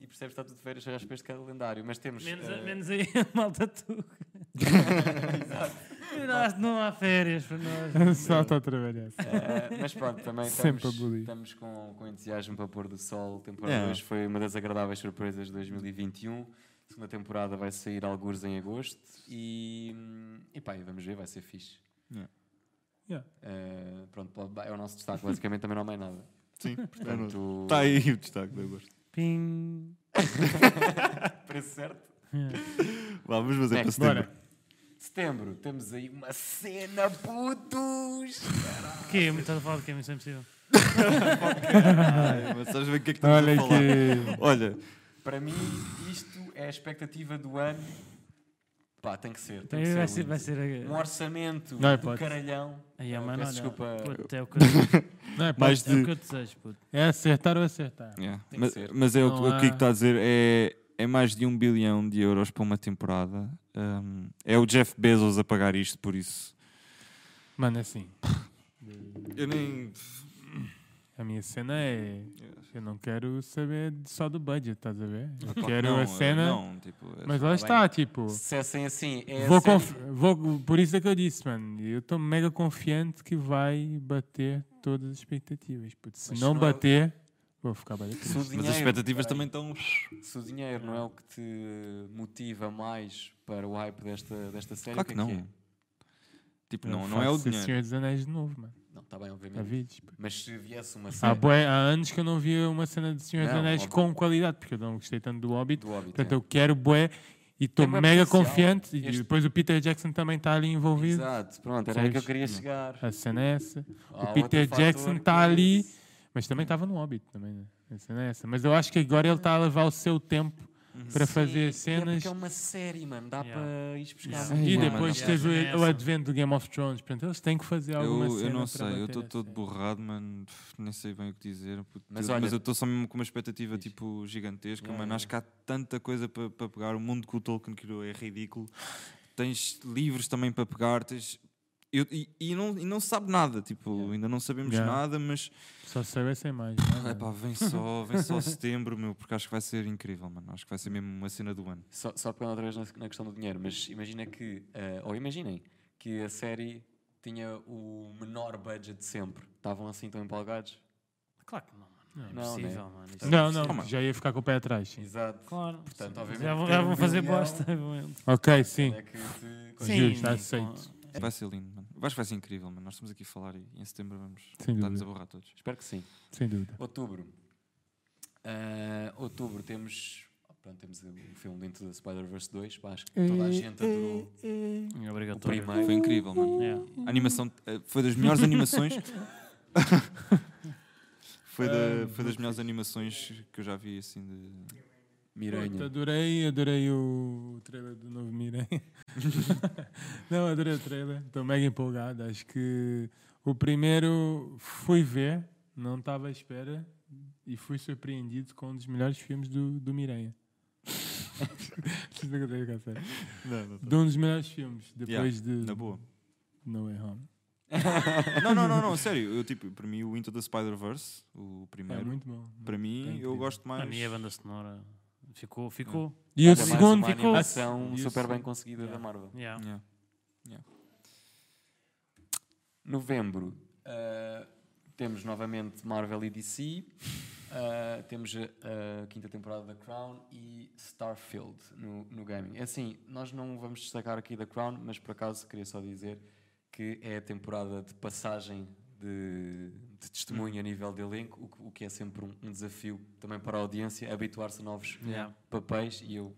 E percebes que está tudo de férias, chegaste para este calendário. Mas temos.
Menos, a-
eh,
menos aí a malta tu. Exato. Não há férias para nós.
Só está a trabalhar.
eh, mas pronto, também
Sempre
estamos,
a bullying.
estamos com, com entusiasmo para pôr do sol. Temporada
Yeah.
2 foi uma das agradáveis surpresas de 2021. A um. segunda temporada vai sair alguns em agosto. E, hum, e pá, e vamos ver, vai ser fixe.
Yeah.
Yeah.
Eh, pronto, pá, é o nosso destaque. Basicamente também não há mais nada.
Sim, portanto.
Portanto,
Está É tá aí o destaque do gosto.
Pim. É.
preço certo.
Vá, vamos fazer para
Next.
setembro.
Setembro, temos aí uma cena, putos!
O quê? Muito a falar de quê? Isso é impossível.
Ai, mas sabes bem o que é que estamos
Então, Olha
a falar?
que.
Olha,
Para mim, isto é a expectativa do ano. Pá, tem que ser. Tem que
Então, vai, ser,
lindo.
vai ser
Um
a.
orçamento
Não é
do
hipótese.
caralhão.
Aí,
Ah,
mano,
peço
olha,
desculpa.
puto, é o que eu-
Não é, pá,
mais
é o que
de.
eu desejo, puto.
é acertar ou acertar.
Yeah.
Tem que
Mas,
ser.
mas é o,
Não
que- o que é
há-
que está a dizer é, é mais de um bilhão de euros para uma temporada. Um, é o Jeff Bezos a pagar isto, por isso.
Mano, assim,
Eu nem.
a minha cena é. Eu não quero saber de- só do budget, estás a ver? Eu quero
Ah, não, é,
a cena.
Não, tipo, é-
Mas
Tá
lá
bem.
está, tipo.
Se dissessem assim, é a
Vou
cena-
conf- vou- por isso é que eu disse, mano. Eu estou mega confiante que vai bater todas as expectativas. puto. Se
Mas
não
se não é o-
bater, vou ficar bem.
se o
mas
dinheiro,
as expectativas
peraí,
também estão.
Se o dinheiro não é o que te motiva mais para o hype desta, desta série,
Claro que
o é
não.
é?
Tipo, não, não é o dinheiro.
Senhor dos Anéis de novo, mano.
Não, está bem,
Há
obviamente.
vídeos. pô.
Mas se viesse uma
Há,
série
bué- há anos que eu não via uma cena de Senhor dos
Não,
Anéis
óbvio.
com qualidade, porque eu não gostei tanto do Hobbit.
do Hobbit,
Portanto,
é.
eu quero bué e estou
Tem bué
mega
potencial.
confiante. E
Este-
depois o Peter Jackson também está ali envolvido.
Exato, pronto, era aí que eu
Sabes?
queria chegar.
A cena é essa.
Há
o Peter
outro
Jackson
fator
está
que é
ali,
esse.
mas também estava no Hobbit também, né? A cena é essa. Mas eu acho que agora ele está a levar o seu tempo para
Sim,
fazer
e é
cenas.
porque é uma série, mano. Dá
Yeah.
para ir um buscar.
Yeah.
Sim,
muito
E
mais.
mano,
depois
yeah.
teve
A cena é
o, o
essa.
advento do Game of Thrones. Portanto, eles têm que fazer Então, alguma
Eu,
cena.
eu não
para
sei, eu
bater assim.
estou
a
todo
cena.
borrado, mano. pff, Nem sei bem o que dizer. puto. Eu-
Mas
Mas,
olha-
eu estou só mesmo com uma expectativa tipo gigantesca,
Yeah,
mano. Acho que há tanta coisa para pegar. O mundo que o Tolkien criou é ridículo. Tens livros também para pegar. Tens... Eu- e, e não, e não se sabe nada, tipo, ainda não sabemos
Yeah.
nada, mas
Só se soubessem mais.
é
Não,
pá, vem só, vem só setembro, meu, porque acho que vai ser incrível, mano. Acho que vai ser mesmo uma cena do ano.
Só, só pegando outra vez na, na questão do dinheiro, mas imagina que, eh, ou imaginem, que a série tinha o menor budget de sempre. Estavam assim tão empolgados?
Claro que não, mano. Não é
Não, né?
possível, mano. Isto é
não,
impossível.
não,
Oh, mano.
já ia ficar com o pé atrás. sim.
Exato.
Claro.
Portanto,
Sim.
obviamente,
Já vão,
ter
já
um
vão fazer
milhão-
bosta. vão eles.
Ok, sim.
É que se-
Sim,
Justo, aceito.
com-
Vai ser lindo, mano. Eu Acho que vai ser incrível, mano. Nós estamos aqui a falar e em setembro vamos
Sem
estar-nos
dúvida.
a borrar todos.
Espero que sim.
Sem dúvida.
Outubro. Ah, outubro temos. oh, Pronto, temos o filme dentro da Spider-Verse 2. Pá, acho que toda
Eh,
a gente adorou
É
o
Obrigatório.
Uh,
primeiro.
Foi incrível, mano.
É.
A animação eh, foi das melhores animações. foi,
Ah,
da- foi das melhores animações que eu já vi assim de.
Puta,
Miranha.
Adorei, adorei o trailer do novo Miranha. Não, adorei o trailer. Estou mega empolgado. Acho que o primeiro fui ver, não estava à espera e fui surpreendido com um dos melhores filmes do, do Miranha. Isso nunca teve cá sério. De um dos melhores filmes, depois
Na
de
boa.
No Way Home. É
não, não, não, não, sério. Eu, tipo, para mim, o Into the Spider-Verse, o
É
primeiro,
muito bom.
para
É
mim, eu
incrível.
gosto mais.
A minha banda sonora ficou, ficou.
E o
Olha, mais
segundo
uma
ficou.
animação
E o
super bem
segundo-
conseguida da Marvel.
Yeah.
Yeah.
Novembro. ah, temos novamente Marvel e DC. ah, temos a, a quinta temporada da Crown e Starfield no, no gaming. É assim, nós não vamos destacar aqui da Crown, mas por acaso queria só dizer que é a temporada de passagem de, de testemunho a nível de elenco, o, que- o que é sempre um, um desafio também para a audiência, habituar-se a novos
Yeah.
papéis. E eu,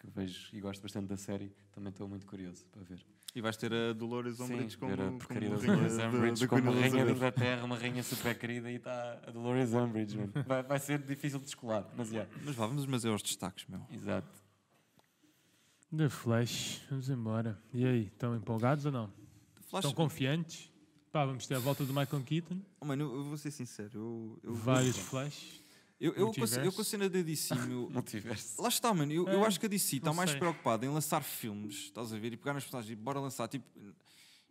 que vejo e gosto bastante da série, também estou muito curioso para ver.
E vais ter a Dolores Umbridge
Sim,
como,
ver a
como
porcaria da
rainha
Dolores
da-
Umbridge
da Queen
como rainha da
Elizabeth.
Inglaterra, uma rainha super querida e está a Dolores Umbridge, mano. Vai, vai ser difícil de descolar, mas já.
Mas vá, vamos mas é aos destaques, meu.
Exato.
The Flash, vamos embora. E aí, estão empolgados ou não?
Flash,
Estão confiantes? Pá, vamos ter a volta do Michael Keaton,
Oh, mano, eu, eu vou ser sincero. Eu, eu,
vários flash.
eu, eu, com a-
multiverso.
eu com a cena da DC, meu,
Multiverso.
Lá está, mano. Eu, eu
É,
acho que a DC está
não
mais
sei.
preocupada em lançar filmes, estás a ver? E pegar nas personagens e bora lançar. Tipo,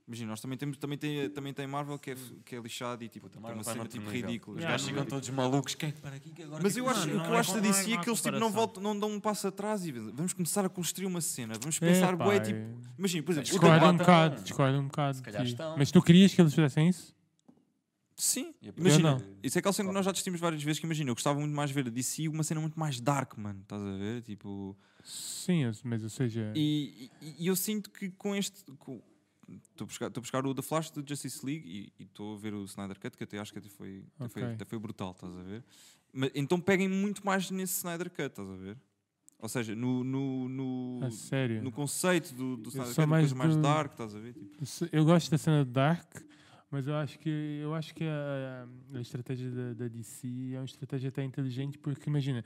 imagina, nós também temos também tem, também tem Marvel que é, que é lixado e tipo,
Puta,
tem
Marvel
uma
tá
cena
noutro
tipo
nível.
ridícula.
Os
Já,
gajos tipo,
não-
chegam todos maluques. Quem? Para aqui que agora.
Mas eu acho,
Não,
o
não
que eu
é
acho da
com- não
DC
é
é
com
que eles tipo, não,
comparação.
voltam, não dão um passo atrás e vamos- vamos começar a construir uma cena. Vamos
É,
pensar,
pá,
bué,
é-
tipo. Imagina, por exemplo, o
Discordo um
Batman-
bocado, discordo um bocado. de
calhar
ti.
estão.
Mas tu querias que eles fizessem isso?
Sim,
E a partir
imagina.
de-
Isso é aquela cena que nós já discutimos várias vezes. Que imagina, eu gostava muito mais de ver a DC uma cena muito mais dark, mano. Estás a ver? Tipo.
Sim, eu- mas ou seja.
E, e- e eu sinto que com este. com- Estou a, buscar, estou a buscar o The Flash do Justice League e- e estou a ver o Snyder Cut, que até acho que até foi, até foi,
Ok.
até foi brutal, estás a ver? Mas, então peguem muito mais nesse Snyder Cut, estás a ver? Ou seja, no, no, no,
a sério.
no conceito do, do Snyder
sou
Cut, mais coisa
mais
mais
do-
dark, estás a ver? Tipo,
Se- Eu gosto da cena do Dark, mas eu acho que, eu acho que a, a estratégia da, da DC é uma estratégia até inteligente, porque imagina,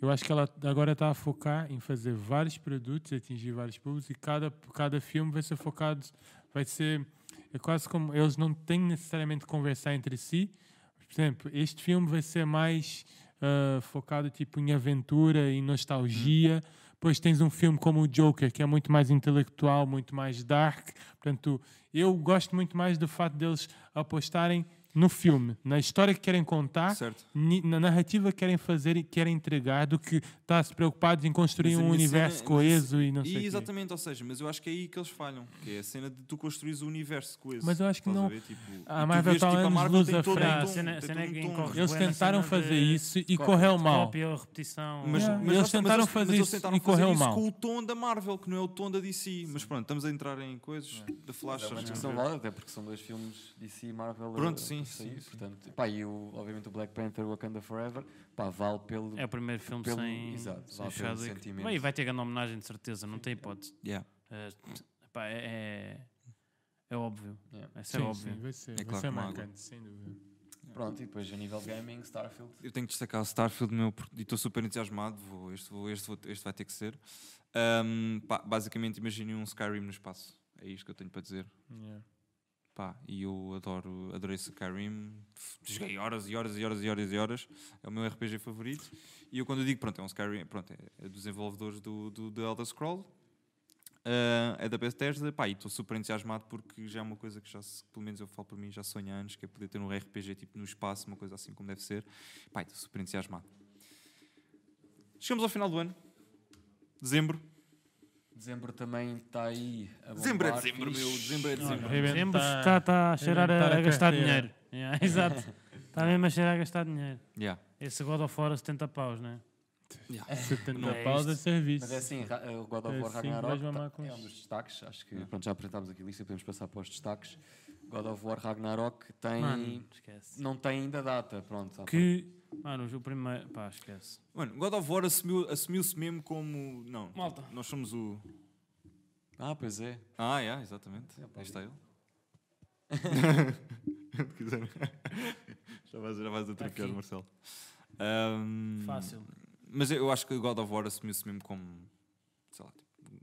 eu acho que ela agora está a focar em fazer vários produtos, atingir vários públicos, e cada, cada filme vai ser focado, vai ser. É quase como. Eles não têm necessariamente que conversar entre si. Por exemplo, este filme vai ser mais ah, focado tipo, em aventura, em nostalgia. Depois tens um filme como o Joker, que é muito mais intelectual, muito mais dark. Portanto, eu gosto muito mais do fato deles apostarem no filme, na história que querem contar,
certo.
ni- na narrativa que querem fazer e querem entregar, do que estar se preocupados em construir
Mas a
um
minha
universo
cena- mas isso-
coeso e não sei
E
o quê.
exatamente, ou seja, mas eu acho que é aí que eles falham, que é a cena de tu construís o universo com esse.
Mas eu acho que
estás
não-
ver? Tipo, e
a
tu
Marvel
vês,
tá
tipo, a
anos
Marvel
luz
tem
à
todo um
frente.
tom,
A
cena- a
tem todo
cena é
um
que
tom.
incorre-
Eles
Bué na cena
tentaram
de
fazer isso e
cópia,
correu mal.
Cópia ou repetição.
Mas, mas
Yeah. Eles
lá está, mas
tentaram fazer
mas
isso e correu
isso
mal.
com o tom da Marvel, que não é o tom da DC. Mas pronto, estamos a entrar em coisas da Flash.
É uma
acho que
discussão
não.
válida, até porque são dois filmes DC e Marvel. a-
Pronto,
a
sim,
sair,
sim, sim.
Portanto, pá, e o, obviamente o Black Panther Wakanda Forever, pá, vale pelo.
É o primeiro filme
Pelo-
sem.
exato,
sem
vá pelo
Chadwick.
sentimento.
Bem, vai ter grande homenagem, de certeza, não tem hipótese.
Yeah.
Eh, pá, é, é, é óbvio.
Yeah.
É ser
Sim,
óbvio.
sim, vai ser,
É
vai
claro
ser
que não há
marcante, sem dúvida.
Pronto, e depois a nível gaming, Starfield.
Eu tenho que destacar o Starfield, meu, porque- e estou super entusiasmado. Vou, este, vou, este, vou- este vai ter que ser. Ahm, pá, basicamente, imaginem um Skyrim no espaço. É isto que eu tenho para dizer.
Yeah.
Pá, e eu adoro, adorei Skyrim. Joguei horas e horas e horas e horas e horas. É o meu RPG favorito. E eu quando eu digo, pronto, é um Skyrim, pronto, é, é dos desenvolvedores do, do, do Elder Scroll. Ah, é da Bethesda, pá, e estou super entusiasmado porque já é uma coisa que já, se- pelo menos eu falo por mim, já sonho há anos, que é poder ter um RPG tipo no espaço, uma coisa assim como deve ser. Pá, e estou super entusiasmado. Chegamos ao final do ano. Dezembro.
Dezembro também está aí. A
Dezembro é
bombar
dezembro,
fixe.
meu. Dezembro é dezembro.
Lembro-se que está está a cheirar
Reventar
a,
a
a gastar
carteira.
dinheiro. Yeah, exato. Está mesmo a cheirar a gastar dinheiro.
Yeah.
Esse God of War a 70 paus, não é?
70
Não é
paus
isto.
a serviço.
Mas é assim, Ra- eh, o God of
É
War
assim,
Ragnarok
vais mamar
tá-
com
é um
isso.
dos destaques. Acho que pronto, já apresentámos aqui a lista, podemos passar para os destaques. God of War Ragnarok tem.
Mano, esquece.
Não tem ainda data, pronto.
Que. Mano, o primeiro. Pá, esquece.
Mano, God of War assumiu- assumiu-se mesmo como. Não.
Malta.
Nós somos o.
Ah, pois é.
Ah, yeah, exatamente.
É, pá,
Aí está ele. Quando quiser. já vais, já vais a truquear,
Tá aqui.
Marcelo.
Hum,
Ahm,
Fácil.
Mas eu acho que o God of War assumiu-se mesmo como, sei lá, tipo,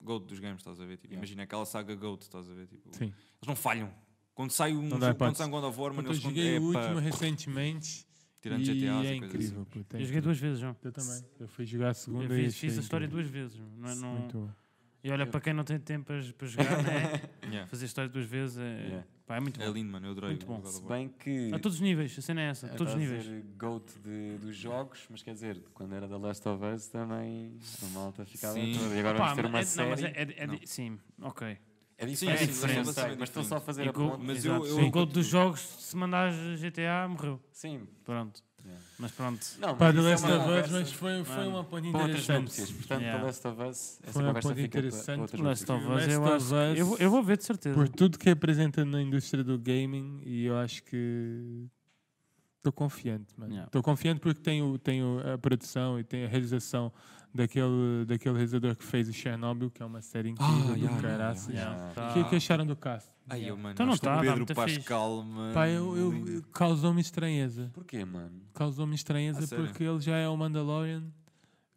GOAT dos games, estás a ver? Tipo,
Yeah.
Imagina aquela saga GOAT, estás a ver? Tipo,
Sim.
Eles não falham. Quando sai um
Não
jogo,
dá
quando
hipótese.
sai um God of War, mano,
Puta, eu
eles quando
joguei
é
o último
pá,
recentemente.
tirando
e
GTAs
é
e coisas assim.
incrível. puta, é
Eu joguei
incrível.
duas vezes, João.
Eu também. Eu fui jogar a segunda
Eu
e
fiz,
achei
fiz a história
incrível.
duas vezes. Não, é- não-
Muito bom.
E olha, para quem não tem tempo para para jogar, né?
assim." Yeah.
fazer a história duas vezes é,
Yeah.
pá, é muito
É
bom.
lindo, mano, eu adorei
Muito
o
bom.
God
Se
of War.
bem que.
A todos os níveis, a cena é essa, a
era
Tá todos os
tá a
níveis.
dizer GOAT de- dos jogos, mas quer dizer, quando era The Last of Us também a malta ficava
Sim.
toda. E agora
Pá,
vamos ter
mas
uma
é- não,
série.
mas é- é- é
Não.
di- Sim, ok.
é
Sim,
diferente,
é
eu sei,
diferente.
mas estou só a fazer
E
a
go-
ponta.
Mas
exato.
eu- eu-
Sim, gol dos jogos, se mandares GTA, morreu.
Sim.
Pronto.
Yeah.
Mas pronto.
Não,
Pá,
mas
The
isso é
Last
uma
of Us,
conversa
mas foi, foi
Mano,
uma ponte
para outras notícias.
interessante.
Portanto,
Yeah.
The Last of Us, essa
Foi uma
conversa
ponte
fica para- para
interessante,
outras
mas-
notícias.
Last of Us, eu
Last
acho
of
que- eu,
Us-
vou- eu vou ver de certeza.
Por tudo que representa na indústria do gaming, e eu acho que. Estou confiante, mano.
Yeah.
Estou confiante porque tenho, tenho a produção e tenho a realização daquele, daquele realizador que fez o Chernobyl, que é uma série incrível do
yeah, yeah,
caraças.
Yeah,
O
tá.
que, é que acharam do cast?
Ai, eu, mano,
Então não
acho que
tá,
o
tá
Pedro
muito fixe.
Pascal, mano.
Pá, eu, eu-
lindo.
causou-me estranheza.
Porquê, mano?
Causou-me
Ah,
estranheza
sério?
porque ele já é o Mandalorian.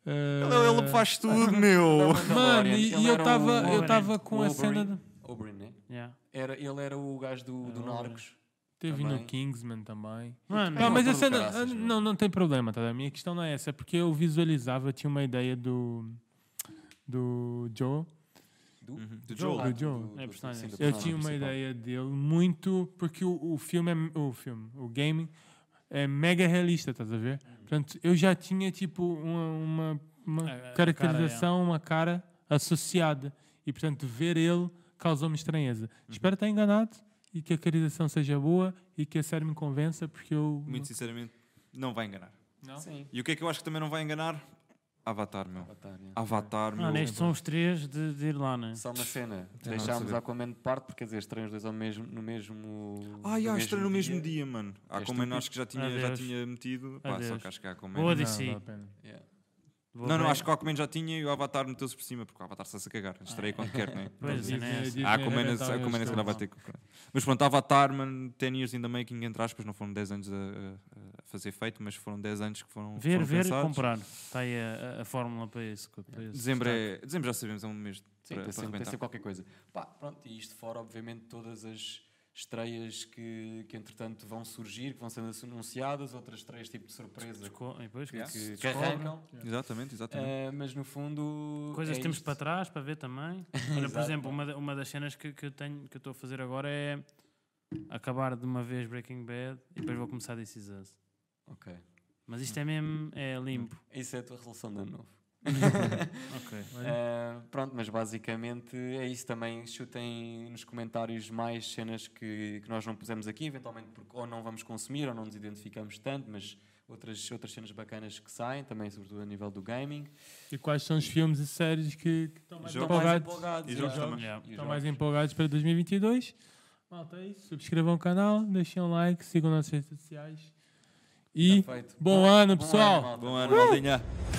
Ele, ele
eh,
faz tudo, meu.
Mano, e,
Ele
e eu
era o
estava eu
Wolverine.
tava com a
Wolverine.
cena. De...
Oberyn, né?
Yeah.
Era, ele era o gajo do, do
Era o
Narcos.
Teve no
Também.
Kingsman também.
Mano,
Pá,
Não,
mas
todo
a cena.
caraças,
ah,
meu.
não, não tem problema, tá? A minha questão não é essa. É porque eu visualizava, eu tinha uma ideia do. Do Joe.
Do?
Uhum, do
Joel.
Joel.
Ah, do-
Joel.
do-
É
do-
personagem.
sim, do
Eu
personagem
tinha uma
Ah, principal.
ideia dele muito. Porque o, o filme é. O filme, o game é mega realista, estás a ver? Portanto, eu já tinha tipo uma, uma, uma
É, é,
caracterização, uma cara associada. E portanto, ver ele causou-me estranheza. Espero estar enganado e que a caracterização seja boa e que a série me convença, porque eu.
Muito sinceramente, não vai enganar.
Não?
Sim.
E o que é que eu acho que também não vai enganar? Avatar, meu.
Avatar, yeah.
Avatar, meu.
Mano, estes são os três de, de ir lá, né?
Ah, Só uma cena.
a
Deixámos
saber.
Aquaman de parte, porque quer dizer, estranhos dois ao mesmo, no mesmo.
Ai, ah, estreia no mesmo dia, mano. Há
É
como eu
estúpido.
acho que já tinha, já
Adeus.
tinha metido. Pá, só
Adeus.
que acho que há como
Boa
é.
de- DC.
vale a pena.
Yeah.
Vou
Não, não,
ver. Ah.
acho que o Aquaman já tinha e o Avatar meteu-se por cima, porque o Avatar está-se a cagar. Estreia quando quer, né?
Pois,
Então,
a cena é essa.
Há como é
arrebentar
como é
eles
que vai
todos.
ter. que- Mas pronto, Avatar, mano, 10 years in the making, entre aspas, não foram 10 anos a, a- a fazer feito, mas foram 10 anos que foram.
Ver,
foram
ver,
pensados.
comprar. Está aí a, a- a fórmula para isso. co- para esse
Dezembro,
destaque.
é, dezembro já sabemos, é um mês
Sim,
para,
tem
para
sempre, tem
arrebentar.
sempre qualquer coisa. Pá, pronto, e isto fora, obviamente, todas as estreias que, que entretanto vão surgir, que vão sendo anunciadas, outras estreias tipo de surpresa que,
Desco- e depois, é
Yeah.
que
descobre.
arrancam.
Exatamente, exatamente.
Ah, mas no fundo.
Coisas
é
que temos
isto.
para trás para ver também. Olha, por
Exato.
exemplo, uma, da- uma das cenas que, que eu tenho que eu estou a fazer agora é acabar de uma vez Breaking Bad e depois vou começar This Is Us.
Ok.
Mas isto é mesmo é limpo.
Isso é a tua resolução de ano novo.
Ok.
Ah, pronto, mas basicamente é isso também. Chutem nos comentários mais cenas que, que nós não pusemos aqui, eventualmente porque ou não vamos consumir ou não nos identificamos tanto, mas outras, outras cenas bacanas que saem também, sobretudo a nível do gaming. Então,
E quais são os filmes e séries que que estão mais
Jogos.
empolgados?
empolgados.
E jogos
yeah.
também.
Yeah.
E os
Estão
jogos.
mais empolgados para 2022? Malta, é isso. Subscrevam o canal, deixem um like, sigam nossas redes sociais. E
Tá feito.
bom ano,
Bom
pessoal!
malta.
Bom ano, maldinha.